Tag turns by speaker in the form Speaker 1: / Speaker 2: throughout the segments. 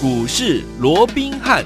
Speaker 1: 股市罗宾汉。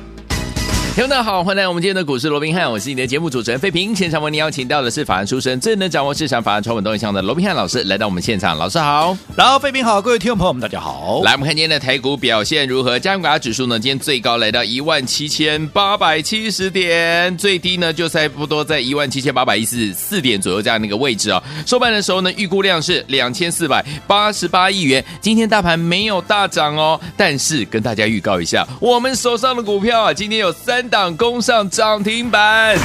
Speaker 2: 听众大家好，欢迎来到我们今天的股市罗宾汉，我是你的节目主持人费平。现场为您邀请到的是法案出身、最能掌握市场法案传闻动向的罗宾汉老师，来到我们现场。老师好，
Speaker 1: 然后，费平好，各位听众朋友们，大家好。
Speaker 2: 来我们看今天的台股表现如何？加权指数呢，今天最高来到一万七千八百七十点，最低呢就在不多在一万七千八百一十四点左右这样的一个位置啊、收盘的时候呢，预估量是两千四百八十八亿元。今天大盘没有大涨哦，但是跟大家预告一下，我们手上的股票啊，今天有三档攻上涨停板。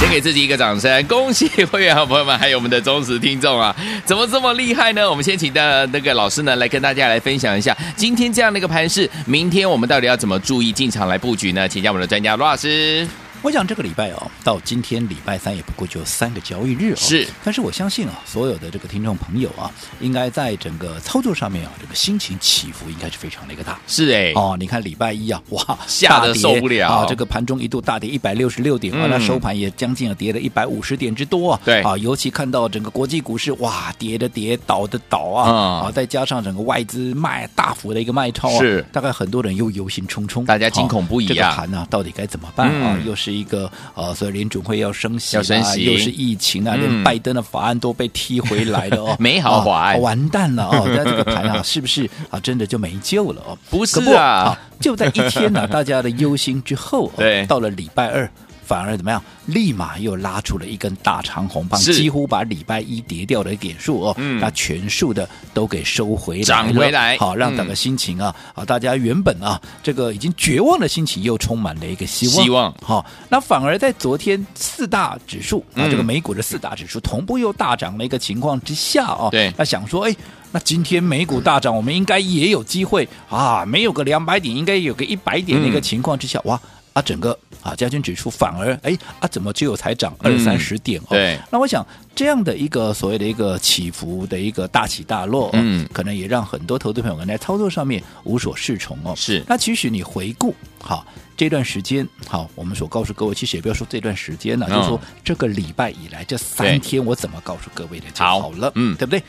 Speaker 2: 先给自己一个掌声，恭喜会员好朋友们，还有我们的忠实听众啊！怎么这么厉害呢？我们先请的那个老师呢，来跟大家来分享一下今天这样的一个盘势，明天我们到底要怎么注意进场来布局呢？请教我们的专家罗老师。
Speaker 1: 我想这个礼拜哦，到今天礼拜三也不过就三个交易日哦。
Speaker 2: 是，
Speaker 1: 但是我相信啊，所有的这个听众朋友啊，应该在整个操作上面啊，这个心情起伏应该是非常的一个大。
Speaker 2: 是哎、
Speaker 1: 哦，你看礼拜一啊，哇，
Speaker 2: 吓得
Speaker 1: 大跌
Speaker 2: 受不了
Speaker 1: 啊！这个盘中一度大跌一百六十六点，完了、
Speaker 2: 嗯
Speaker 1: 收盘也将近啊跌了一百五十点之多啊。
Speaker 2: 对
Speaker 1: 啊，尤其看到整个国际股市哇，跌的跌，倒的倒啊，
Speaker 2: 嗯
Speaker 1: 啊，再加上整个外资卖大幅的一个卖超啊，
Speaker 2: 是
Speaker 1: 大概很多人又忧心忡忡，
Speaker 2: 大家惊恐不已啊
Speaker 1: 这个盘呢、到底该怎么办啊？
Speaker 2: 嗯
Speaker 1: 又是一个呃，所以联准会要升息、啊，
Speaker 2: 要升息
Speaker 1: 又是疫情啊，
Speaker 2: 嗯，
Speaker 1: 连拜登的法案都被踢回来了 哦
Speaker 2: 没好哎坏
Speaker 1: 啊完蛋了 哦，那这个盘啊，是不是啊，真的就没救了哦？
Speaker 2: 不是
Speaker 1: 可
Speaker 2: 啊
Speaker 1: 就在一天呢、大家的忧心之后、哦，
Speaker 2: 对
Speaker 1: 到了礼拜二。反而怎么样？立马又拉出了一根大长红棒，
Speaker 2: 是
Speaker 1: 几乎把礼拜一跌掉的点数哦，
Speaker 2: 嗯
Speaker 1: 那全数的都给收回来
Speaker 2: 涨
Speaker 1: 了
Speaker 2: 回来
Speaker 1: 好让整
Speaker 2: 嗯
Speaker 1: 个心情啊、啊，大家原本啊这个已经绝望的心情又充满了一个希望。
Speaker 2: 希望
Speaker 1: 好、那反而在昨天四大指数啊，
Speaker 2: 嗯
Speaker 1: 这个美股的四大指数同步又大涨的一个情况之下哦，
Speaker 2: 对
Speaker 1: 那想说，哎，那今天美股大涨，我们应该也有机会啊，没有个两百点，应该有个一百点的一个
Speaker 2: 嗯
Speaker 1: 情况之下，哇。啊，整个啊，加权指数反而哎啊，怎么只有才涨二
Speaker 2: 嗯
Speaker 1: 三十点哦？
Speaker 2: 对，
Speaker 1: 那我想这样的一个所谓的一个起伏的一个大起大落、哦，
Speaker 2: 嗯
Speaker 1: 可能也让很多投资朋友们在操作上面无所适从哦。
Speaker 2: 是
Speaker 1: 那其实你回顾好这段时间，好，我们所告诉各位，其实也不要说这段时间了，
Speaker 2: 嗯
Speaker 1: 就说这个礼拜以来这
Speaker 2: 对
Speaker 1: 三天，我怎么告诉各位的就
Speaker 2: 好
Speaker 1: 好了，
Speaker 2: 嗯
Speaker 1: 对不对？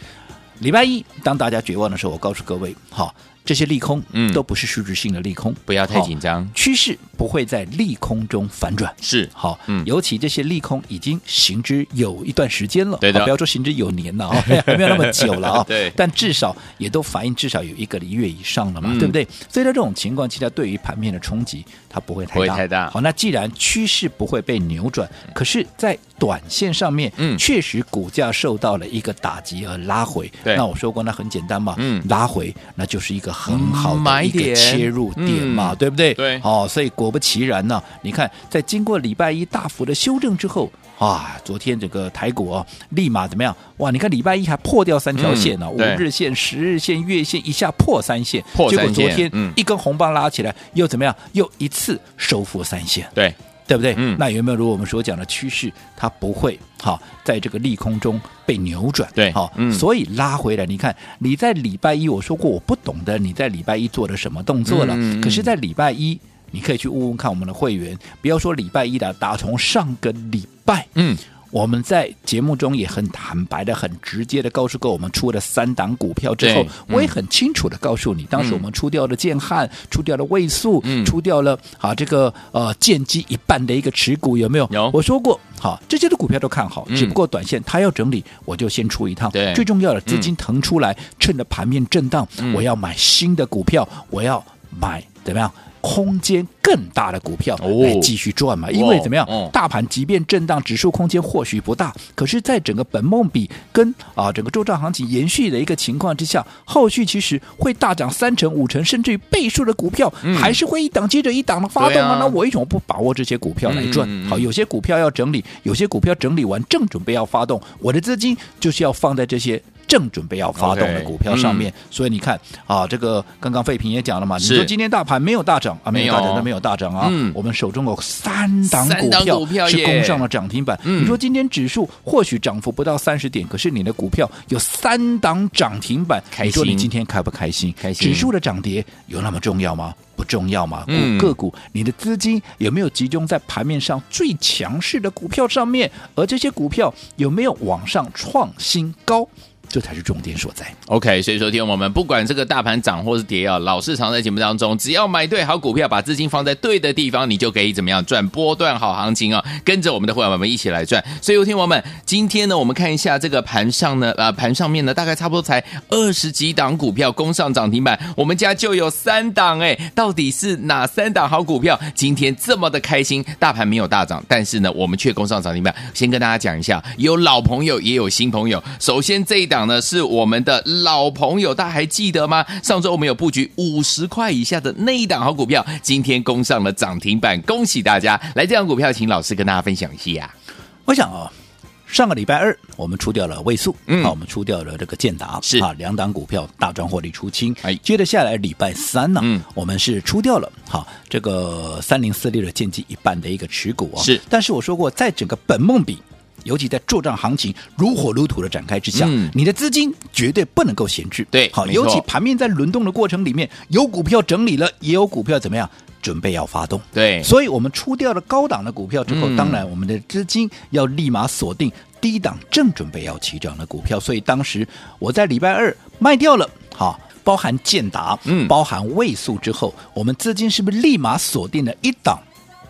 Speaker 1: 礼拜一，当大家绝望的时候，我告诉各位，好，这些利空，
Speaker 2: 嗯
Speaker 1: 都不是实质性的利空，
Speaker 2: 不要太
Speaker 1: 好
Speaker 2: 紧张，
Speaker 1: 趋势不会在利空中反转，
Speaker 2: 是
Speaker 1: 好，
Speaker 2: 嗯
Speaker 1: 尤其这些利空已经行之有一段时间了，
Speaker 2: 对的
Speaker 1: 啊不要说行之有年了啊， 还没有那么久了啊，
Speaker 2: 对
Speaker 1: 但至少也都反映至少有一个月以上了嘛，
Speaker 2: 嗯
Speaker 1: 对不对？所以在这种情况，其实对于盘面的冲击，它不会太大，
Speaker 2: 不会太大
Speaker 1: 好，那既然趋势不会被扭转，可是，在短线上面，
Speaker 2: 嗯
Speaker 1: 确实股价受到了一个打击而拉回，
Speaker 2: 对
Speaker 1: 那我说过，那很简单嘛，
Speaker 2: 嗯
Speaker 1: 拉回那就是一个很好
Speaker 2: 嗯买
Speaker 1: 的一
Speaker 2: 点
Speaker 1: 个切入点嘛，
Speaker 2: 嗯
Speaker 1: 对不对？
Speaker 2: 对
Speaker 1: 哦，所以果不其然呢、你看，在经过礼拜一大幅的修正之后。啊，昨天整个台股哦，立马怎么样？哇，你看礼拜一还破掉三条线呢、
Speaker 2: 嗯
Speaker 1: 五、
Speaker 2: 对
Speaker 1: 日线、十日线、月线一下破三线，
Speaker 2: 破
Speaker 1: 结果
Speaker 2: 三线
Speaker 1: 昨天
Speaker 2: 嗯
Speaker 1: 一根红棒拉起来，又怎么样？又一次收复三线。
Speaker 2: 对，
Speaker 1: 对不对？
Speaker 2: 嗯
Speaker 1: 那有没有如我们所讲的趋势，它不会好在这个利空中被扭转？
Speaker 2: 对
Speaker 1: 好，
Speaker 2: 嗯
Speaker 1: 所以拉回来，你看你在礼拜一我说过我不懂得你在礼拜一做了什么动作了，
Speaker 2: 嗯嗯嗯
Speaker 1: 可是，在礼拜一你可以去问问看我们的会员，不要说礼拜一的，打从上个礼拜，
Speaker 2: 嗯，
Speaker 1: 我们在节目中也很坦白的、很直接的告诉过我们出了三档股票之后
Speaker 2: 对，嗯
Speaker 1: 我也很清楚的告诉你，当时我们出掉了建汉，出掉了位数，
Speaker 2: 嗯
Speaker 1: 出掉了啊这个呃建机一半的一个持股，有没有？
Speaker 2: 有
Speaker 1: 我说过，好、这些的股票都看好，
Speaker 2: 嗯
Speaker 1: 只不过短线它要整理，我就先出一趟。
Speaker 2: 对
Speaker 1: 最重要的资金腾出来，趁着盘面震荡，
Speaker 2: 嗯
Speaker 1: 我要买新的股票，我要买怎么样？空间更大的股票
Speaker 2: 哦
Speaker 1: 来继续赚嘛，因为怎么样，
Speaker 2: 哦
Speaker 1: 大盘即便震荡，指数空间或许不大，可是，在整个本梦比跟啊整个周账行情延续的一个情况之下，后续其实会大涨三成、五成，甚至于倍数的股票，
Speaker 2: 嗯
Speaker 1: 还是会一档接着一档的发动
Speaker 2: 对啊
Speaker 1: 那我为什么不把握这些股票来赚？
Speaker 2: 嗯嗯嗯
Speaker 1: 好，有些股票要整理，有些股票整理完正准备要发动，我的资金就是要放在这些。正准备要发动的
Speaker 2: OK，
Speaker 1: 股票上面所以你看啊，这个刚刚费平也讲了嘛，你
Speaker 2: 是
Speaker 1: 说今天大盘没有大涨啊，没有
Speaker 2: 没
Speaker 1: 大
Speaker 2: 有
Speaker 1: 涨，那没有大涨啊，
Speaker 2: 嗯
Speaker 1: 我们手中有三档
Speaker 2: 三档股票
Speaker 1: 股票是
Speaker 2: 耶
Speaker 1: 攻上了涨停板。
Speaker 2: 嗯
Speaker 1: 你说今天指数或许涨幅不到三十点，可是你的股票有三档涨停板，
Speaker 2: 开心
Speaker 1: 你说你今天开不开心？
Speaker 2: 开心
Speaker 1: 指数的涨跌有那么重要吗？不重要嘛。
Speaker 2: 嗯
Speaker 1: 股个股，你的资金有没有集中在盘面上最强势的股票上面？而这些股票有没有往上创新高？这才是重点所在。
Speaker 2: OK，所以说，听众朋友们，不管这个大盘涨或是跌啊，老市场在节目当中，只要买对好股票，把资金放在对的地方，你就可以怎么样赚波段好行情啊！跟着我们的会员们一起来赚。所以，听众朋友们，今天呢，我们看一下这个盘上呢，呃，盘上面呢，大概差不多才二十几档股票攻上涨停板，我们家就有三档哎，到底是哪三档好股票？今天这么的开心，大盘没有大涨，但是呢，我们却攻上涨停板。先跟大家讲一下，有老朋友也有新朋友。首先这一档呢是我们的老朋友，大家还记得吗？上周我们有布局五十块以下的那一档好股票，今天攻上了涨停板，恭喜大家！来，这档股票请老师跟大家分享一下。
Speaker 1: 我想啊、上个礼拜二我们出掉了位数，
Speaker 2: 嗯
Speaker 1: 啊，我们出掉了这个建达，
Speaker 2: 是
Speaker 1: 啊，两档股票大赚获利出清。
Speaker 2: 哎
Speaker 1: 接着下来礼拜三呢、
Speaker 2: 嗯
Speaker 1: 我们是出掉了好这个三零四六的建机一半的一个持股啊、
Speaker 2: 是
Speaker 1: 但是我说过，在整个本梦比。尤其在做账行情如火如荼的展开之下，
Speaker 2: 嗯
Speaker 1: 你的资金绝对不能够闲置。
Speaker 2: 对
Speaker 1: 好，
Speaker 2: 没错
Speaker 1: 尤其盘面在轮动的过程里面，有股票整理了，也有股票怎么样，准备要发动。
Speaker 2: 对，
Speaker 1: 所以我们出掉了高档的股票之后，
Speaker 2: 嗯
Speaker 1: 当然我们的资金要立马锁定低档正准备要起涨的股票。所以当时我在礼拜二卖掉了，好。包含建达，
Speaker 2: 嗯
Speaker 1: 包含位数之后，我们资金是不是立马锁定了一档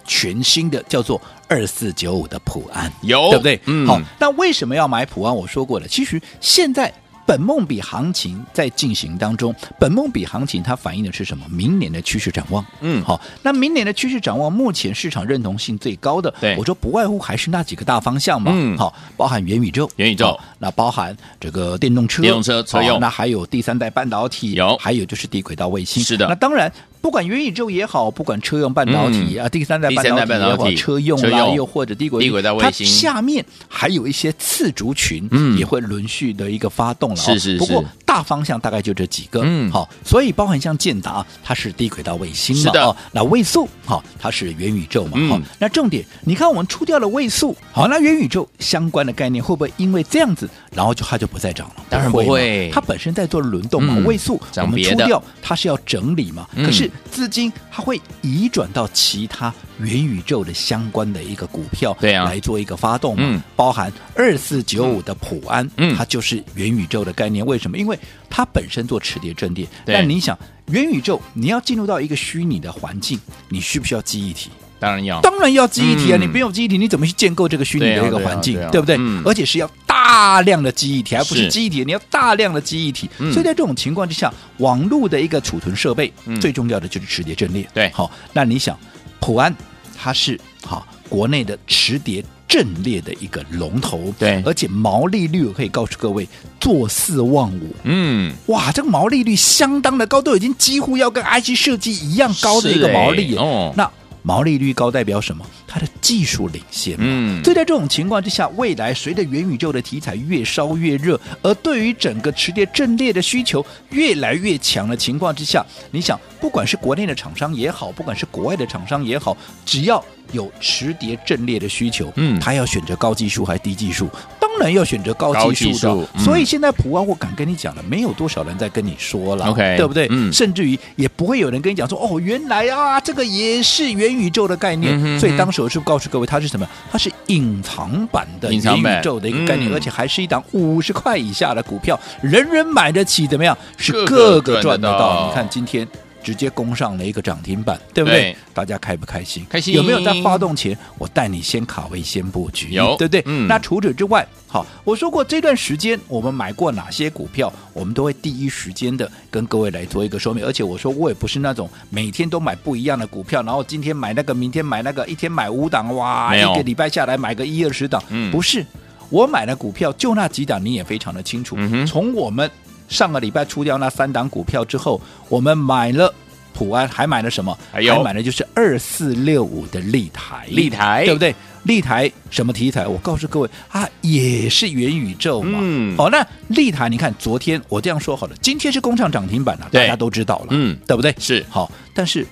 Speaker 1: 全新的叫做二四九五的普安？
Speaker 2: 有
Speaker 1: 对不对？
Speaker 2: 嗯，
Speaker 1: 好，那为什么要买普安？我说过了，其实现在。本梦比行情在进行当中，本梦比行情它反映的是什么？明年的趋势展望。
Speaker 2: 嗯
Speaker 1: 好，那明年的趋势展望，目前市场认同性最高的，
Speaker 2: 对
Speaker 1: 我说不外乎还是那几个大方向嘛。
Speaker 2: 嗯
Speaker 1: 好，包含元宇宙，
Speaker 2: 元宇宙
Speaker 1: 好，那包含这个电动车，
Speaker 2: 电动车车
Speaker 1: 好
Speaker 2: 用
Speaker 1: 那还有第三代半导体，
Speaker 2: 有
Speaker 1: 还有就是低轨道卫星。
Speaker 2: 是的
Speaker 1: 那当然，不管元宇宙也好，不管车用半导体、啊，第三代
Speaker 2: 嗯第
Speaker 1: 半
Speaker 2: 三代
Speaker 1: 导体也
Speaker 2: 半导
Speaker 1: 好，
Speaker 2: 体
Speaker 1: 车用
Speaker 2: 车
Speaker 1: 啦，
Speaker 2: 用
Speaker 1: 又或者低轨
Speaker 2: 低轨道卫星
Speaker 1: 它下面还有一些次族群，
Speaker 2: 嗯
Speaker 1: 也会轮续的一个发动了、哦。
Speaker 2: 是是
Speaker 1: 不过
Speaker 2: 是
Speaker 1: 大方向大概就这几个。
Speaker 2: 嗯
Speaker 1: 好，所以包含像建达，它是低轨道卫星嘛，
Speaker 2: 是的
Speaker 1: 哦，那位素好，它是元宇宙嘛，
Speaker 2: 嗯
Speaker 1: 好，那重点，你看我们出掉了位素，好，那元宇宙相关的概念会不会因为这样子，然后就它就不再涨了？
Speaker 2: 当然
Speaker 1: 不
Speaker 2: 不
Speaker 1: 嘛
Speaker 2: 会
Speaker 1: 它本身在做轮动嘛，
Speaker 2: 嗯
Speaker 1: 位素
Speaker 2: 涨
Speaker 1: 我们
Speaker 2: 别
Speaker 1: 出
Speaker 2: 的
Speaker 1: 掉，它是要整理嘛，
Speaker 2: 嗯
Speaker 1: 可是资金它会移转到其他元宇宙的相关的一个股票，
Speaker 2: 对啊
Speaker 1: 来做一个发动嘛，
Speaker 2: 嗯
Speaker 1: 包含二四九五的普安，
Speaker 2: 嗯
Speaker 1: 它就是元宇宙的概念。为什么？因为它本身做磁碟阵列，
Speaker 2: 对
Speaker 1: 但你想，元宇宙你要进入到一个虚拟的环境，你需不需要记忆体？
Speaker 2: 当然要，
Speaker 1: 当然要记忆体啊！
Speaker 2: 嗯
Speaker 1: 你没有记忆体，你怎么去建构这个虚拟的一个环境，
Speaker 2: 对啊对啊对啊
Speaker 1: 不对、
Speaker 2: 嗯
Speaker 1: 而且是要大量的记忆体，而不
Speaker 2: 是
Speaker 1: 是记忆体，你要大量的记忆体。
Speaker 2: 嗯
Speaker 1: 所以在这种情况之下，网络的一个储存设备、
Speaker 2: 嗯
Speaker 1: 最重要的就是磁碟阵列。
Speaker 2: 对
Speaker 1: 好，那你想，普安它是好国内的磁碟。阵列的一个龙头，
Speaker 2: 对
Speaker 1: 而且毛利率我可以告诉各位，坐四望五，
Speaker 2: 嗯，
Speaker 1: 哇，这个毛利率相当的高，都已经几乎要跟 IC 设计一样高的一个
Speaker 2: 是
Speaker 1: 毛利耶
Speaker 2: 欸哦，
Speaker 1: 那毛利率高代表什么？它的技术领先。
Speaker 2: 嗯
Speaker 1: 所以在这种情况之下，未来随着元宇宙的题材越烧越热，而对于整个持碟阵列的需求越来越强的情况之下，你想，不管是国内的厂商也好，不管是国外的厂商也好，只要有持碟阵列的需求，
Speaker 2: 嗯
Speaker 1: 他要选择高技术还是低技术？当然要选择高
Speaker 2: 高
Speaker 1: 技
Speaker 2: 技
Speaker 1: 术的
Speaker 2: 术
Speaker 1: 啊。
Speaker 2: 嗯
Speaker 1: 所以现在普安，我敢跟你讲了，没有多少人在跟你说了
Speaker 2: OK，
Speaker 1: 对不对？
Speaker 2: 嗯
Speaker 1: 甚至于也不会有人跟你讲说，哦，原来啊，这个也是元宇宙的概念。
Speaker 2: 嗯哼
Speaker 1: 所以当时我是告诉各位，它是什么？它是隐藏版的
Speaker 2: 隐
Speaker 1: 元
Speaker 2: 藏版
Speaker 1: 宇宙的一个概念，
Speaker 2: 嗯
Speaker 1: 而且还是一档五十块以下的股票，人人买得起，怎么样？是
Speaker 2: 个个
Speaker 1: 个
Speaker 2: 赚
Speaker 1: 个赚
Speaker 2: 得
Speaker 1: 得
Speaker 2: 到
Speaker 1: 到。你看今天。直接攻上了一个涨停板，对不对？
Speaker 2: 对
Speaker 1: 大家开不开心？
Speaker 2: 开心
Speaker 1: 有没有在发动前，我带你先卡位，先布局？
Speaker 2: 有
Speaker 1: 对不对？
Speaker 2: 嗯
Speaker 1: 那除此之外，好，我说过这段时间我们买过哪些股票，我们都会第一时间的跟各位来做一个说明。而且我说我也不是那种每天都买不一样的股票，然后今天买那个，明天买那个，一天买五档，哇，
Speaker 2: 没有
Speaker 1: 一个礼拜下来买个一二十档，
Speaker 2: 嗯
Speaker 1: 不是。我买的股票就那几档，你也非常的清楚。
Speaker 2: 嗯哼
Speaker 1: 从我们上个礼拜出掉那三档股票之后，我们买了普安，还买了什么？
Speaker 2: 还有
Speaker 1: 买了就是二四六五的立台，
Speaker 2: 立台
Speaker 1: 对不对？立台什么题材？我告诉各位啊，也是元宇宙嘛。
Speaker 2: 嗯
Speaker 1: 好、那立台，你看昨天我这样说好了，今天是工厂涨停板了、
Speaker 2: 对
Speaker 1: 大家都知道了，
Speaker 2: 嗯，
Speaker 1: 对不对？
Speaker 2: 是
Speaker 1: 好，但是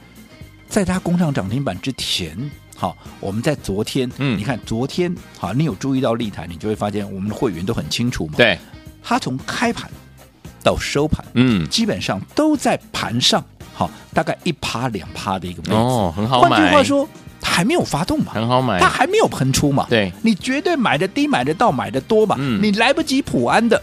Speaker 1: 在它攻上涨停板之前，好，我们在昨天，
Speaker 2: 嗯
Speaker 1: 你看昨天，好，你有注意到立台，你就会发现我们的会员都很清楚嘛，，
Speaker 2: 对，
Speaker 1: 它从开盘到收盘，
Speaker 2: 嗯，
Speaker 1: 基本上都在盘上，好，大概一趴两趴的一个位置。
Speaker 2: 哦，很好买，
Speaker 1: 换句话说，它还没有发动嘛，
Speaker 2: 很好买
Speaker 1: 它，还没有喷出嘛，
Speaker 2: 哎对，
Speaker 1: 你绝对买的低、买的到、买的多嘛，
Speaker 2: 嗯
Speaker 1: 你来不及普安的，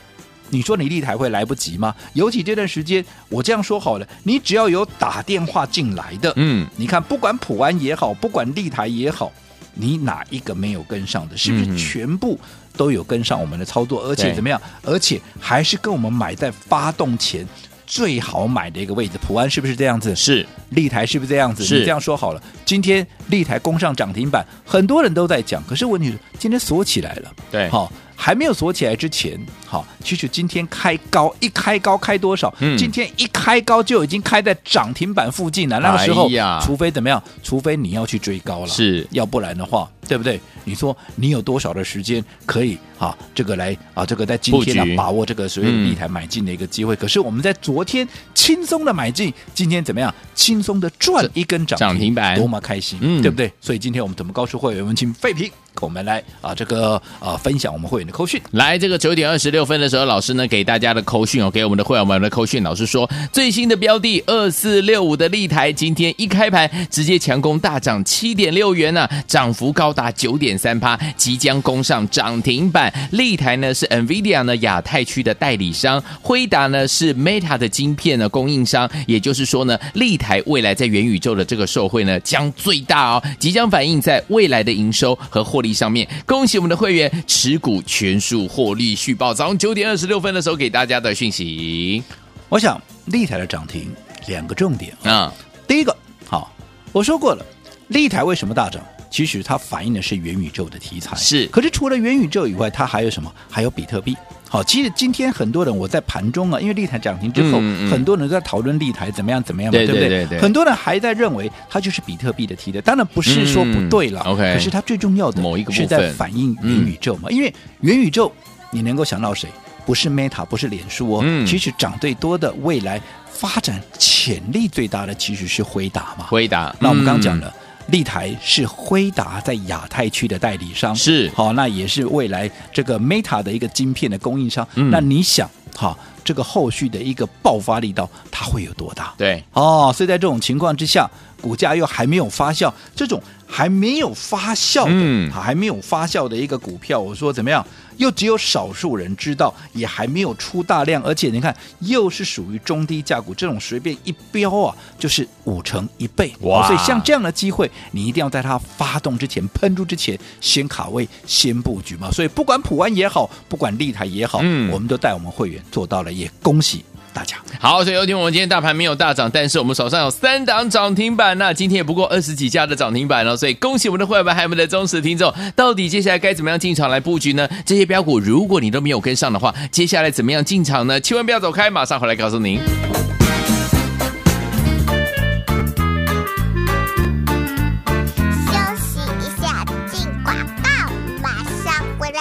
Speaker 1: 你说你立台会来不及吗？尤其这段时间，我这样说好了，你只要有打电话进来的，
Speaker 2: 嗯，
Speaker 1: 你看不管普安也好，不管立台也好，你哪一个没有跟上的？是
Speaker 2: 嗯
Speaker 1: 不是
Speaker 2: 哼
Speaker 1: 全部都有跟上我们的操作？而且
Speaker 2: 对
Speaker 1: 怎么样？而且还是跟我们买在发动前。最好买的一个位置，普安是不是这样子？
Speaker 2: 是
Speaker 1: 立台是不是这样子？
Speaker 2: 是
Speaker 1: 你这样说好了，今天立台攻上涨停板，很多人都在讲，可是问题是今天锁起来了，
Speaker 2: 对
Speaker 1: 好、还没有锁起来之前，好、其实今天开高一开高开多少？
Speaker 2: 嗯
Speaker 1: 今天一开高就已经开在涨停板附近了。那个时候，
Speaker 2: 哎呀
Speaker 1: 除非怎么样？除非你要去追高了，
Speaker 2: 是
Speaker 1: 要不然的话，对不对？你说你有多少的时间可以啊？这个来啊，这个在今天
Speaker 2: 布局
Speaker 1: 呢、把握这个所谓的立台买进的一个机会。可是我们在昨天轻松的买进，今天怎么样？轻松的赚一根涨
Speaker 2: 涨停板
Speaker 1: 多么开心，
Speaker 2: 嗯
Speaker 1: 对不对？所以今天我们怎么告诉会员们，请废品，我们来啊这个啊分享我们会员的扣讯。
Speaker 2: 来，这个九点二十六分的时候，老师呢给大家的扣讯哦，给我们的会员们的扣讯，老师说最新的标的二四六五的立台，今天一开盘直接强攻大涨七点六元呐、涨幅高达九点三趴，即将攻上涨停板。立台呢是 NVIDIA 呢亚太区的代理商，辉达呢是 Meta 的晶片呢供应商，也就是说呢，立台未来在元宇宙的这个受惠呢将最大哦，即将反映在未来的营收和获利上面。恭喜我们的会员持股全数获利续报，早上九点二十六分的时候给大家的讯息。
Speaker 1: 我想立台的涨停两个重点啊
Speaker 2: 啊，
Speaker 1: 第一个，好，我说过了，立台为什么大涨？其实它反映的是元宇宙的题材，
Speaker 2: 是
Speaker 1: 可是除了元宇宙以外，它还有什么？还有比特币。好，其实今天很多人我在盘中啊，因为立台涨停之后，
Speaker 2: 嗯嗯
Speaker 1: 很多人都在讨论立台怎么样怎么样嘛，
Speaker 2: 对
Speaker 1: 不
Speaker 2: 对对对
Speaker 1: 很多人还在认为它就是比特币的题材，当然不是说不对了、
Speaker 2: 嗯，OK
Speaker 1: 可是它最重要的
Speaker 2: 某一个部分嗯
Speaker 1: 是在反映元宇宙嘛，因为元宇宙你能够想到谁？不是 Meta，不是脸书哦，
Speaker 2: 嗯
Speaker 1: 其实涨最多的未来发展潜力最大的其实是辉达嘛，
Speaker 2: 回答。
Speaker 1: 那我们刚刚
Speaker 2: 嗯
Speaker 1: 讲了，立台是辉达在亚太区的代理商，
Speaker 2: 嗯是
Speaker 1: 好、那也是未来这个 Meta 的一个晶片的供应商。
Speaker 2: 嗯
Speaker 1: 那你想，好、这个后续的一个爆发力道，它会有多大？
Speaker 2: 对，
Speaker 1: 哦，所以在这种情况之下，股价又还没有发酵，这种还没有发酵的、
Speaker 2: 嗯
Speaker 1: 还没有发酵的一个股票，我说怎么样？又只有少数人知道，也还没有出大量，而且你看，又是属于中低价股，这种随便一标啊，就是五成一倍
Speaker 2: 哇
Speaker 1: 哦所以像这样的机会，你一定要在它发动之前、喷出之前，先卡位、先布局嘛。所以不管普安也好，不管立台也好，
Speaker 2: 嗯
Speaker 1: 我们都带我们会员做到了，也恭喜大家。
Speaker 2: 好，所以有听我们今天大盘没有大涨，但是我们手上有三档涨停板那今天也不过二十几家的涨停板哦，所以恭喜我们的会员们还有我们的忠实听众。到底接下来该怎么样进场来布局呢？这些标股如果你都没有跟上的话，接下来怎么样进场呢？千万不要走开，马上回来告诉您。
Speaker 3: 休息一下，进广告，马上回来。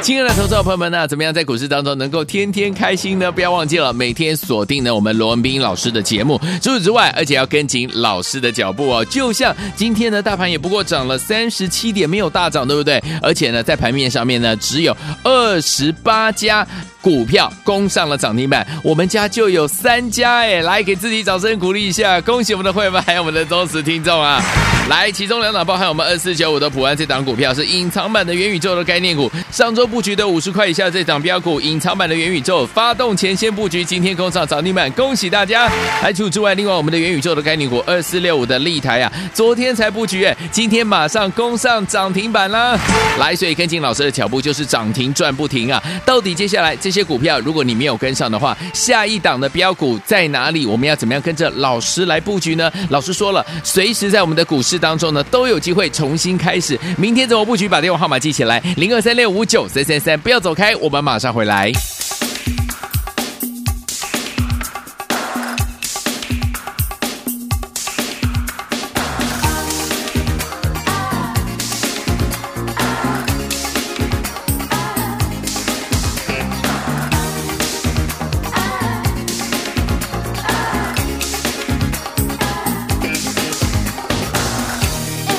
Speaker 2: 亲爱的投资者朋友们呢、怎么样在股市当中能够天天开心呢？不要忘记了每天锁定呢我们罗文斌老师的节目。除此之外，而且要跟紧老师的脚步哦。就像今天呢，大盘也不过涨了三十七点，没有大涨，对不对？而且呢，在盘面上面呢，只有二十八家股票攻上了涨停板，我们家就有三家哎，来给自己掌声鼓励一下，恭喜我们的会员们，还有我们的忠实听众啊！来，其中两档包含我们二四九五的普安这档股票是隐藏版的元宇宙的概念股，上周布局的五十块以下这档标股，隐藏版的元宇宙发动前先布局，今天攻上涨停板，恭喜大家！来，除此之外，另外我们的元宇宙的概念股二四六五的立台啊，昨天才布局哎，今天马上攻上涨停板啦！来，所以跟进老师的脚步就是涨停赚不停啊！到底接下来这些股票，如果你没有跟上的话，下一档的标股在哪里？我们要怎么样跟着老师来布局呢？老师说了，随时在我们的股市当中呢，都有机会重新开始。明天怎么布局？把电话号码记起来，零二三六五九三三三，不要走开，我们马上回来。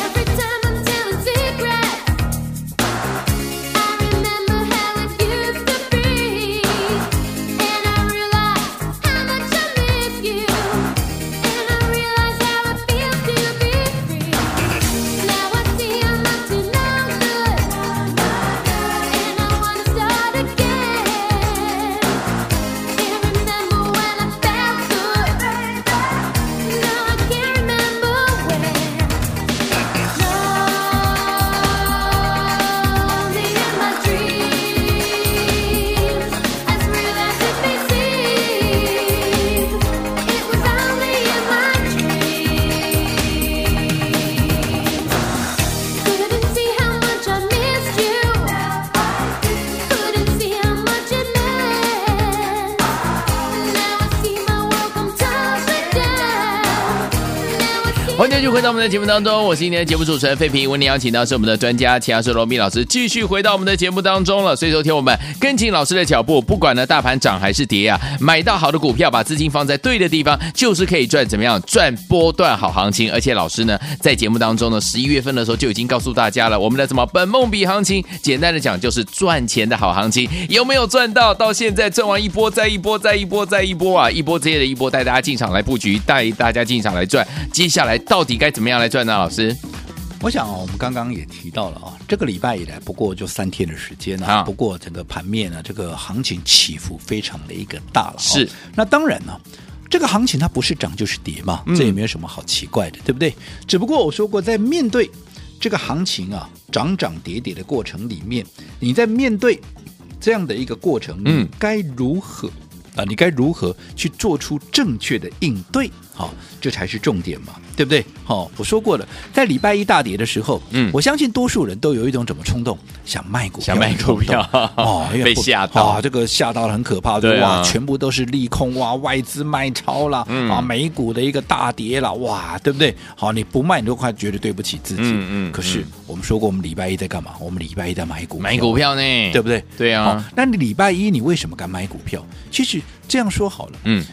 Speaker 4: Every time I'm telling secrets, I remember how it used to be.
Speaker 2: 继续回到我们的节目当中，我是今天的节目主持人费平。为您邀请到是我们的专家，其他是罗密老师，继续回到我们的节目当中了。所以，昨天我们跟紧老师的脚步，不管呢大盘涨还是跌啊，买到好的股票，把资金放在对的地方，就是可以赚怎么样赚波段好行情。而且，老师呢 在节目当中呢，十一月份的时候就已经告诉大家了，我们的什么本梦比行情，简单的讲就是赚钱的好行情，有没有赚到？到现在赚完一波再一波再一波再一波啊，一波接着一波，带大家进场来布局，带大家进场来赚。接下来到底该怎么样来赚呢？老师，
Speaker 1: 我想、哦、我们刚刚也提到了啊、这个礼拜以来不过就三天的时间
Speaker 2: 啊
Speaker 1: 啊，不过整个盘面啊呢，这个行情起伏非常的一个大了、哦。
Speaker 2: 是，
Speaker 1: 那当然呢、这个行情它不是涨就是跌嘛，
Speaker 2: 嗯
Speaker 1: 这也没有什么好奇怪的，对不对？只不过我说过，在面对这个行情啊涨涨跌跌的过程里面，你在面对这样的一个过程，
Speaker 2: 嗯
Speaker 1: 嗯，该如何？啊，你该如何去做出正确的应对？好、这才是重点嘛，对不对？好、我说过了，在礼拜一大跌的时候，
Speaker 2: 嗯
Speaker 1: 我相信多数人都有一种怎么冲动，想卖股票，
Speaker 2: 想卖股票
Speaker 1: 哦，因为
Speaker 2: 被
Speaker 1: 不
Speaker 2: 吓到
Speaker 1: 啊，这个吓到了很可怕，
Speaker 2: 对啊
Speaker 1: 哇，全部都是利空哇，外资卖超啦，
Speaker 2: 嗯
Speaker 1: 啊，美股的一个大跌啦，哇，对不对？好，你不卖你都快觉得对不起自己，
Speaker 2: 嗯嗯
Speaker 1: 可是
Speaker 2: 嗯
Speaker 1: 我们说过，我们礼拜一在干嘛？我们礼拜一在买股，
Speaker 2: 买股。票呢？
Speaker 1: 对不对？
Speaker 2: 对啊
Speaker 1: 好那你礼拜一你为什么敢买股票？其实这样说好了，
Speaker 2: 嗯，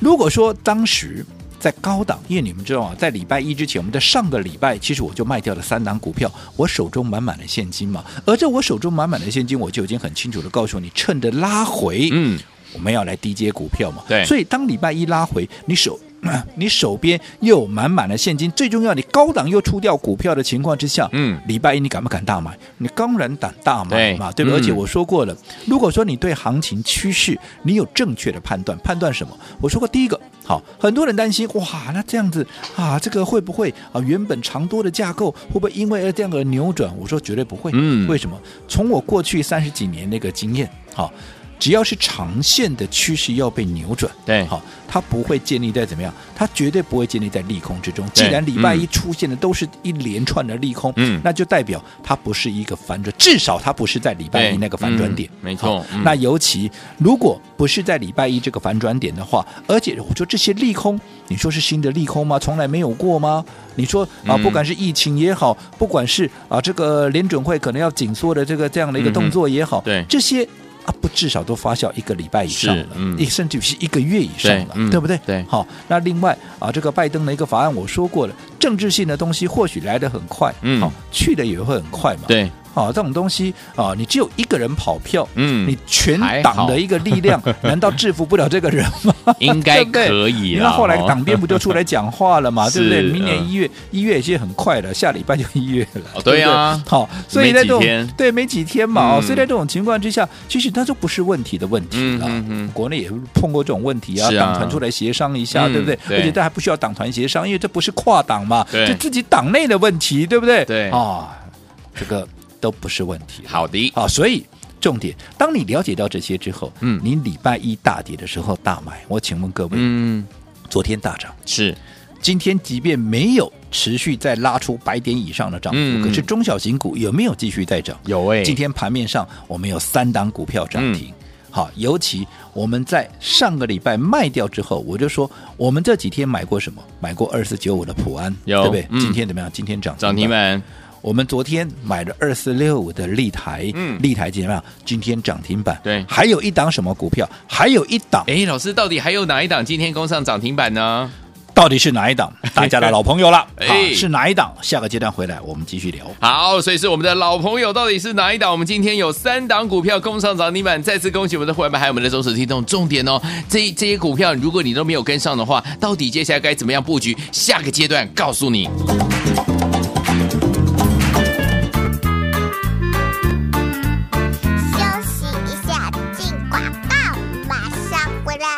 Speaker 1: 如果说当时在高档，因为你们知道啊，在礼拜一之前，我们在上个礼拜其实我就卖掉了三档股票，我手中满满的现金嘛。而这我手中满满的现金，我就已经很清楚的告诉你，趁着拉回，
Speaker 2: 嗯，
Speaker 1: 我们要来低接股票嘛。
Speaker 2: 对
Speaker 1: 所以当礼拜一拉回，你手。 你手边又有满满的现金，最重要，你高档又出掉股票的情况之下，
Speaker 2: 嗯
Speaker 1: 礼拜一你敢不敢大买？你当然敢大买
Speaker 2: 对
Speaker 1: 嘛，对不
Speaker 2: 嗯
Speaker 1: 对？而且我说过了，如果说你对行情趋势你有正确的判断，判断什么？我说过第一个，好，很多人担心，哇，那这样子啊，这个会不会啊原本长多的架构会不会因为这样而扭转？我说绝对不会，
Speaker 2: 嗯
Speaker 1: 为什么？从我过去三十几年那个经验，好。只要是长线的趋势要被扭转，
Speaker 2: 对
Speaker 1: 好，它不会建立在怎么样？它绝对不会建立在利空之中。既
Speaker 2: 对
Speaker 1: 然礼拜
Speaker 2: 嗯
Speaker 1: 一出现的都是一连串的利空，
Speaker 2: 嗯
Speaker 1: 那就代表它不是一个反转，至少它不是在礼拜
Speaker 2: 对
Speaker 1: 一那个反转点
Speaker 2: 嗯。没错
Speaker 1: 好
Speaker 2: 嗯
Speaker 1: 那尤其如果不是在礼拜一这个反转点的话，而且我说这些利空，你说是新的利空吗？从来没有过吗？你说啊，
Speaker 2: 嗯
Speaker 1: 不管是疫情也好，不管是啊这个联准会可能要紧缩的这个这样的一个动作也好，
Speaker 2: 嗯哼对
Speaker 1: 这些。啊，不，至少都发酵一个礼拜以上
Speaker 2: 是
Speaker 1: 了，
Speaker 2: 嗯
Speaker 1: 一甚至于是一个月以上了，
Speaker 2: 对嗯
Speaker 1: 不对？
Speaker 2: 对
Speaker 1: 好，那另外啊，这个拜登的一个法案，我说过了，政治性的东西或许来得很快，
Speaker 2: 嗯
Speaker 1: 好，去的也会很快嘛，，
Speaker 2: 对，
Speaker 1: 啊，这种东西啊，你只有一个人跑票，
Speaker 2: 嗯
Speaker 1: 你，全
Speaker 2: 还好
Speaker 1: 党的一个力量，难道制服不了这个人 吗？
Speaker 2: 应该
Speaker 1: 对不对
Speaker 2: 可以
Speaker 1: 因为
Speaker 2: 啦
Speaker 1: 后来
Speaker 2: 哦
Speaker 1: 党鞭不就出来讲话 了嘛，对不对？
Speaker 2: 是
Speaker 1: 明年
Speaker 2: 嗯
Speaker 1: 一月，一月已经很快了，下礼拜就一月了。
Speaker 2: 哦 对啊
Speaker 1: 不对好，所以在这
Speaker 2: 没几天
Speaker 1: 种对没几天嘛，哦
Speaker 2: 嗯
Speaker 1: 所以在这种情况之下，其实它就不是问题的问题
Speaker 2: 嗯
Speaker 1: 了
Speaker 2: 嗯嗯。
Speaker 1: 国内也碰过这种问题啊，
Speaker 2: 是啊
Speaker 1: 党团出来协商一下，
Speaker 2: 嗯
Speaker 1: 对不对？
Speaker 2: 对
Speaker 1: 而且这还不需要党团协商，因为这不是跨党嘛，
Speaker 2: 对
Speaker 1: 这自己党内的问题，对不对？
Speaker 2: 对
Speaker 1: 啊，这个都不是问题了。
Speaker 2: 嗯好的，
Speaker 1: 啊，所以重点，当你了解到这些之后，
Speaker 2: 嗯
Speaker 1: 你礼拜一大跌的时候大买，我请问各位，
Speaker 2: 嗯，
Speaker 1: 昨天大涨，
Speaker 2: 是
Speaker 1: 今天即便没有持续再拉出百点以上的涨幅，
Speaker 2: 嗯
Speaker 1: 可是中小型股有没有继续再涨？
Speaker 2: 有嗯哎
Speaker 1: 今天盘面上我们有三档股票涨停。好，尤其我们在上个礼拜卖掉之后，我就说我们这几天买过什么？买过二四九五的普安，
Speaker 2: 有
Speaker 1: 对不对？
Speaker 2: 嗯
Speaker 1: 今天怎么样？今天涨
Speaker 2: 涨
Speaker 1: 停
Speaker 2: 停
Speaker 1: 板
Speaker 2: 板，
Speaker 1: 我们昨天买了二四六五的立台，
Speaker 2: 嗯
Speaker 1: 立台怎么样？今天涨停板，
Speaker 2: 对
Speaker 1: 还有一档什么股票？还有一档，
Speaker 2: 哎，老师到底还有哪一档今天攻上涨停板呢？
Speaker 1: 到底是哪一档？大家的老朋友了，
Speaker 2: 哎
Speaker 1: 啊，是哪一档？下个阶段回来我们继续聊。
Speaker 2: 好，所以是我们的老朋友，到底是哪一档？我们今天有三档股票攻上涨停板，再次恭喜我们的会员们，还有我们的忠实听众。重点哦，这这些股票如果你都没有跟上的话，到底接下来该怎么样布局？下个阶段告诉你。
Speaker 3: 休息一下，进广告，马上回来。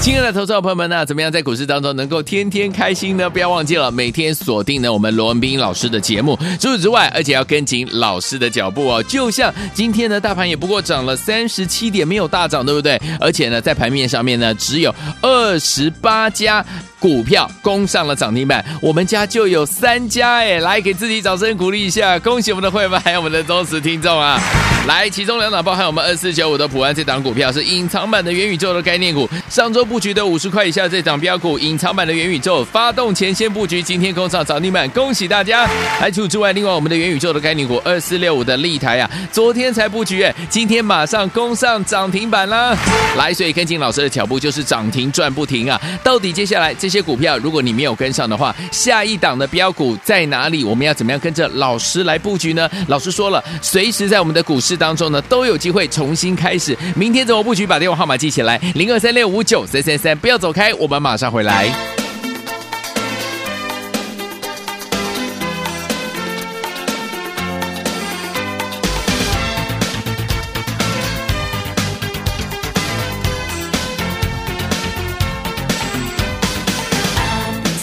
Speaker 2: 亲爱的投资者朋友们呢、怎么样在股市当中能够天天开心呢？不要忘记了每天锁定呢我们罗文斌老师的节目。除此之外，而且要跟紧老师的脚步哦。就像今天呢，大盘也不过涨了三十七点，没有大涨，对不对？而且呢，在盘面上面呢，只有二十八家股票攻上了涨停板，我们家就有三家哎，来给自己掌声鼓励一下，恭喜我们的会员还有我们的忠实听众啊！来，其中两档包含我们二四九五的普安这档股票是隐藏版的元宇宙的概念股，上周布局的五十块以下这档标股，隐藏版的元宇宙发动前先布局，今天攻上涨停板，恭喜大家！来，除此之外，另外我们的元宇宙的概念股二四六五的立台啊，昨天才布局哎，今天马上攻上涨停板啦！来，所以跟进老师的脚步就是涨停赚不停啊！到底接下来这些股票，如果你没有跟上的话，下一档的标股在哪里？我们要怎么样跟着老师来布局呢？老师说了，随时在我们的股市当中呢，都有机会重新开始。明天怎么布局？把电话号码记起来，零二三六五九三三三，不要走开，我们马上回来。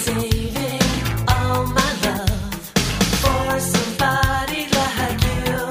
Speaker 5: Saving all my love for somebody like you.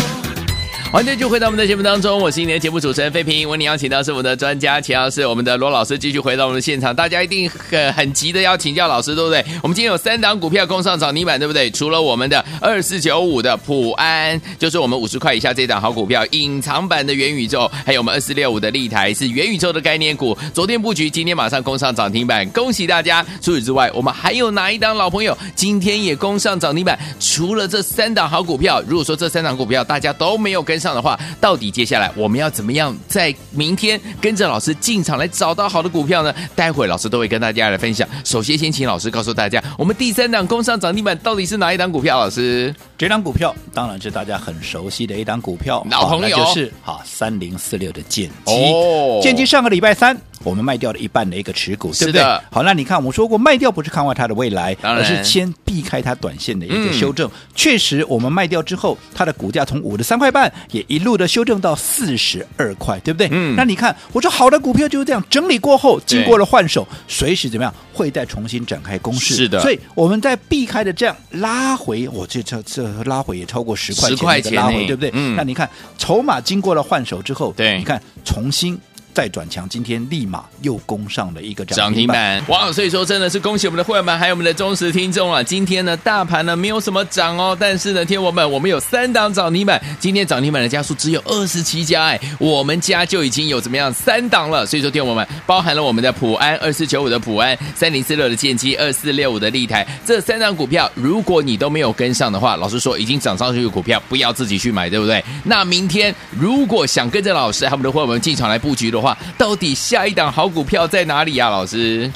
Speaker 2: 欢迎继续回到我们的节目当中，我是今天的节目主持人费平。为你邀请到是我们的专家钱老师，我们的罗老师继续回到我们的现场。大家一定很很急的要请教老师，对不对？我们今天有三档股票攻上涨停板，对不对？除了我们的 二四九五的普安，就是我们五十块以下这档好股票，隐藏版的元宇宙，还有我们二四六五的立台是元宇宙的概念股，昨天布局，今天马上攻上涨停板，恭喜大家！除此之外，我们还有哪一档老朋友今天也攻上涨停板？除了这三档好股票，如果说这三档股票大家都没有跟上的话，到底接下来我们要怎么样在明天跟着老师进场来找到好的股票呢？待会老师都会跟大家来分享。首先，先请老师告诉大家，我们第三档攻上涨停板到底是哪一档股票？老师，
Speaker 1: 这张股票当然是大家很熟悉的一张股票，
Speaker 2: 老朋友
Speaker 1: 好那就是好三零四六的剑机。
Speaker 2: 哦
Speaker 1: 剑机上个礼拜三我们卖掉了一半的一个持股，对
Speaker 2: 是
Speaker 1: 不对
Speaker 2: 的？
Speaker 1: 好，那你看我们说过，卖掉不是看坏它的未来，
Speaker 2: 当然
Speaker 1: 而是先避开它短线的一个
Speaker 2: 嗯
Speaker 1: 修正。确实，我们卖掉之后，它的股价从五十三块半也一路的修正到四十二块，对不对？
Speaker 2: 嗯
Speaker 1: 那你看，我说好的股票就是这样，整理过后，经过了换手，随时怎么样会再重新展开攻势。
Speaker 2: 是的
Speaker 1: 所以我们在避开的这样拉回，我这这这拉回也超过十块
Speaker 2: 10
Speaker 1: 钱
Speaker 2: 块
Speaker 1: 的
Speaker 2: 钱
Speaker 1: 拉
Speaker 2: 呢
Speaker 1: 回，对不对？
Speaker 2: 嗯
Speaker 1: 那你看，筹码经过了换手之后，
Speaker 2: 对
Speaker 1: 你看重新。再转强，今天立马又攻上了一个
Speaker 2: 涨
Speaker 1: 涨
Speaker 2: 停
Speaker 1: 停板。
Speaker 2: 板，哇！所以说真的是恭喜我们的会员们，还有我们的忠实听众啊！今天呢，大盘呢没有什么涨哦，但是呢，天我们我们有三档涨停板，今天涨停板的家数只有二十七家，哎，我们家就已经有怎么样三档了。所以说，天我们包含了我们的普安二四九五的普安，三零四六的建机，二四六五的立台，这三档股票，如果你都没有跟上的话，老实说，已经涨上去的股票不要自己去买，对不对？那明天如果想跟着老师还有我们的会员们进场来布局的话，到底下一档好股票在哪里呀、啊老师？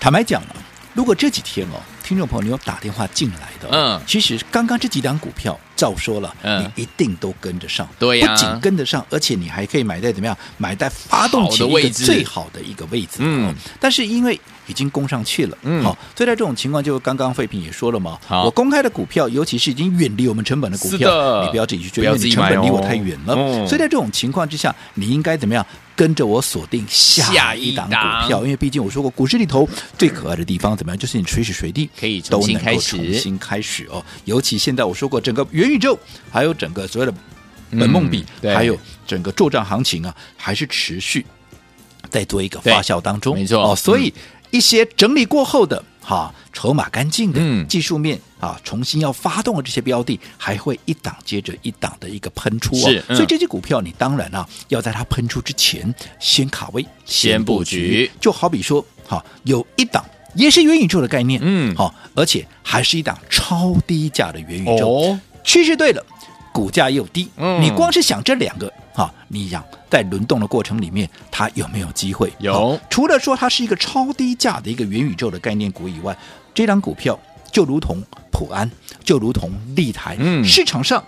Speaker 1: 坦白讲了，如果这几天哦，听众朋友你有打电话进来的，
Speaker 2: 嗯
Speaker 1: 哦其实刚刚这几档股票，照说了，
Speaker 2: 嗯
Speaker 1: 你一定都跟得上，
Speaker 2: 对呀
Speaker 1: 不仅跟得上，而且你还可以买在怎么样，买在发动
Speaker 2: 好的
Speaker 1: 前一
Speaker 2: 位
Speaker 1: 个
Speaker 2: 置
Speaker 1: 最好的一个位置，
Speaker 2: 嗯
Speaker 1: 哦，但是因为。已经攻上去了，
Speaker 2: 嗯
Speaker 1: 好、所以在这种情况，就刚刚费平也说了嘛，
Speaker 2: 好
Speaker 1: 我公开的股票，尤其是已经远离我们成本的股
Speaker 2: 是的
Speaker 1: 票，你不要自己去追，
Speaker 2: 不要
Speaker 1: 因为
Speaker 2: 自
Speaker 1: 你
Speaker 2: 己
Speaker 1: 成本
Speaker 2: 买
Speaker 1: 离
Speaker 2: 哦
Speaker 1: 我太远了。
Speaker 2: 嗯
Speaker 1: 所以在这种情况之下，你应该怎么样？跟着我锁定
Speaker 2: 下
Speaker 1: 下
Speaker 2: 一
Speaker 1: 一档
Speaker 2: 档
Speaker 1: 股票，因为毕竟我说过，股市里头最可爱的地方怎么样，就是你随时随地
Speaker 2: 可以重
Speaker 1: 都
Speaker 2: 新
Speaker 1: 能
Speaker 2: 开
Speaker 1: 够
Speaker 2: 始
Speaker 1: 重新开始哦。尤其现在我说过，整个元宇宙，还有整个所谓的本梦比，
Speaker 2: 嗯对
Speaker 1: 还有整个作战行情啊，还是持续在做一个发酵当中，
Speaker 2: 对没错嗯
Speaker 1: 哦。所以一些整理过后的哈、筹码干净的、
Speaker 2: 嗯
Speaker 1: 技术面啊，重新要发动的这些标的，还会一档接着一档的一个喷出哦。
Speaker 2: 是嗯
Speaker 1: 所以这些股票你当然啊，要在它喷出之前先卡位，
Speaker 2: 先布局
Speaker 1: 就好比说，好、有一档。也是元宇宙的概念，
Speaker 2: 嗯
Speaker 1: 好、而且还是一档超低价的元宇宙，
Speaker 2: 哦
Speaker 1: 趋势对了，股价又低，
Speaker 2: 嗯
Speaker 1: 你光是想这两个啊，你想在轮动的过程里面，它有没有机会？
Speaker 2: 有
Speaker 1: 啊除了说它是一个超低价的一个元宇宙的概念股以外，这张股票就如同普安，就如同立台，
Speaker 2: 嗯
Speaker 1: 市场上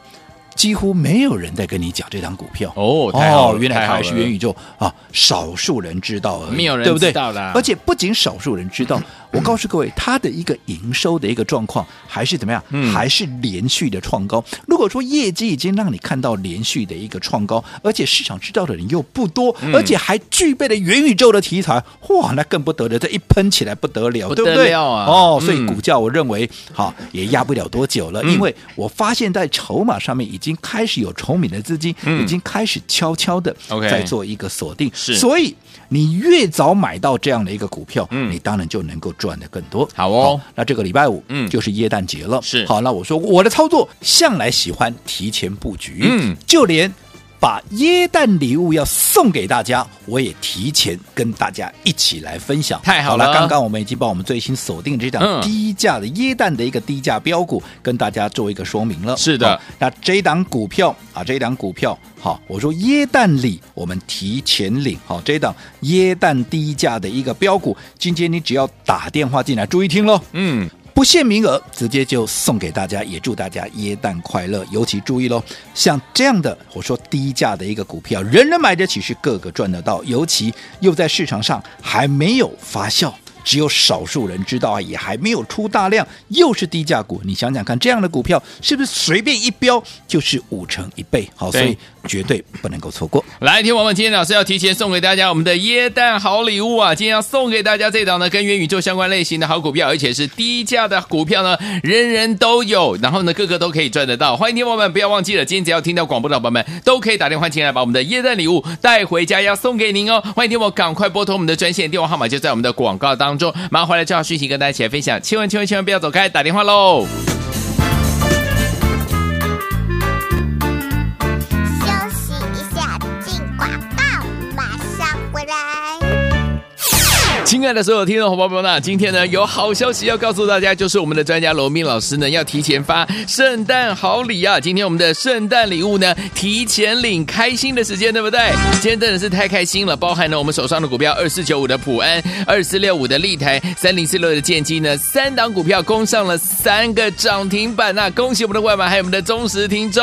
Speaker 1: 几乎没有人在跟你讲这张股票。
Speaker 2: 哦太好了
Speaker 1: 原来
Speaker 2: 太
Speaker 1: 它
Speaker 2: 好
Speaker 1: 还是元
Speaker 2: 了
Speaker 1: 宇宙啊，少数人知道而已，
Speaker 2: 没有人
Speaker 1: 对不对
Speaker 2: 知道啦
Speaker 1: 而且不仅少数人知道，我告诉各位，它的一个营收的一个状况还是怎么样，
Speaker 2: 嗯
Speaker 1: 还是连续的创高。如果说业绩已经让你看到连续的一个创高，而且市场知道的人又不多，
Speaker 2: 嗯
Speaker 1: 而且还具备了元宇宙的题材，哇，那更不得了，这一喷起来不得了，
Speaker 2: 不
Speaker 1: 对不
Speaker 2: 得
Speaker 1: 对？
Speaker 2: 了啊
Speaker 1: 哦，所以
Speaker 2: 嗯
Speaker 1: 股价我认为哈、也压不了多久了，
Speaker 2: 嗯
Speaker 1: 因为我发现在筹码上面已经。经开始有筹米的资金，已经开始悄悄的
Speaker 2: 嗯 OK
Speaker 1: 在做一个锁定。
Speaker 2: 是
Speaker 1: 所以你越早买到这样的一个股票，
Speaker 2: 嗯
Speaker 1: 你当然就能够赚得更多。
Speaker 2: 好哦
Speaker 1: 那这个礼拜五，
Speaker 2: 嗯
Speaker 1: 就是耶诞节了。
Speaker 2: 是
Speaker 1: 好，那我说我的操作向来喜欢提前布局，
Speaker 2: 嗯，
Speaker 1: 就连。把耶诞礼物要送给大家，我也提前跟大家一起来分享。
Speaker 2: 太好了
Speaker 1: 刚刚我们已经把我们最新锁定这
Speaker 2: 嗯
Speaker 1: 档低价的耶诞的一个低价标股跟大家做一个说明了。
Speaker 2: 是的
Speaker 1: 好那这一档股票啊，这一档股票，好，我说耶诞礼，我们提前领，好，这一档耶诞低价的一个标股，今天你只要打电话进来，注意听喽，
Speaker 2: 嗯，
Speaker 1: 不限名额，直接就送给大家，也祝大家耶诞快乐。尤其注意喽，像这样的我说低价的一个股票，人人买得起，是个个赚得到，尤其又在市场上还没有发酵。只有少数人知道啊，也还没有出大量，又是低价股。你想想看，这样的股票是不是随便一标就是五成一倍？好，所
Speaker 2: 对
Speaker 1: 以绝对不能够错过。
Speaker 2: 来，听我们今天老师要提前送给大家我们的耶诞好礼物啊！今天要送给大家这档呢跟元宇宙相关类型的好股票，而且是低价的股票呢，人人都有，然后呢个个都可以赚得到。欢迎听友们不要忘记了，今天只要听到广播的宝宝们都可以打电话进来，把我们的耶诞礼物带回家，要送给您哦。欢迎听我赶快拨通我们的专线电话号码，就在我们的广告当中。马上回来这条讯息跟大家一起来分享，千万千万千万不要走开，打电话喽。
Speaker 3: 休息一下，进广告，马上回来。
Speaker 2: 亲爱的所有听众伙伴们呢，今天呢有好消息要告诉大家，就是我们的专家罗密老师呢要提前发圣诞好礼啊！今天我们的圣诞礼物呢提前领，开心的时间对不对？今天真的是太开心了，包含呢我们手上的股票二四九五的普安，二四六五的立台，三零四六的建机呢，三档股票攻上了三个涨停板呐、恭喜我们的外买，还有我们的忠实听众。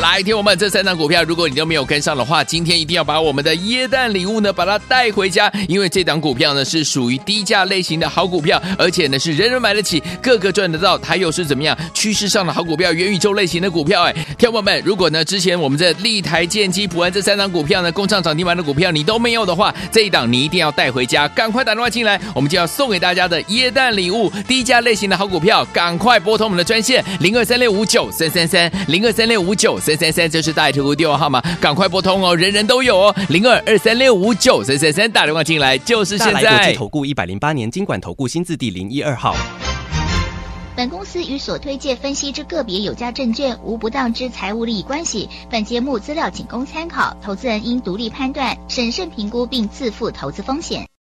Speaker 2: 来，听我们这三档股票，如果你都没有跟上的话，今天一定要把我们的椰蛋礼物呢，把它带回家，因为这档股票呢是属于低价类型的好股票，而且呢是人人买得起，个个赚得到，它又是怎么样趋势上的好股票，元宇宙类型的股票，哎，听我们，如果呢之前我们这立台、建机、普安这三档股票呢，工上涨停板的股票你都没有的话，这一档你一定要带回家，赶快打电话进来，我们就要送给大家的椰蛋礼物，低价类型的好股票，赶快拨通我们的专线零二三六五九三三三零二三六五九三三三，这是大图图电话号码，赶快拨通哦，人人都有哦，零二二三六五九三三三，打电话进来就是
Speaker 6: 大
Speaker 2: 现
Speaker 6: 来国际
Speaker 2: 在。
Speaker 6: 投顾一百零八年经管投顾新字第零一二号。
Speaker 7: 本公司与所推介分析之个别有价证券无不当之财务利益关系。本节目资料仅供参考，投资人应独立判断、审慎评估并自负投资风险。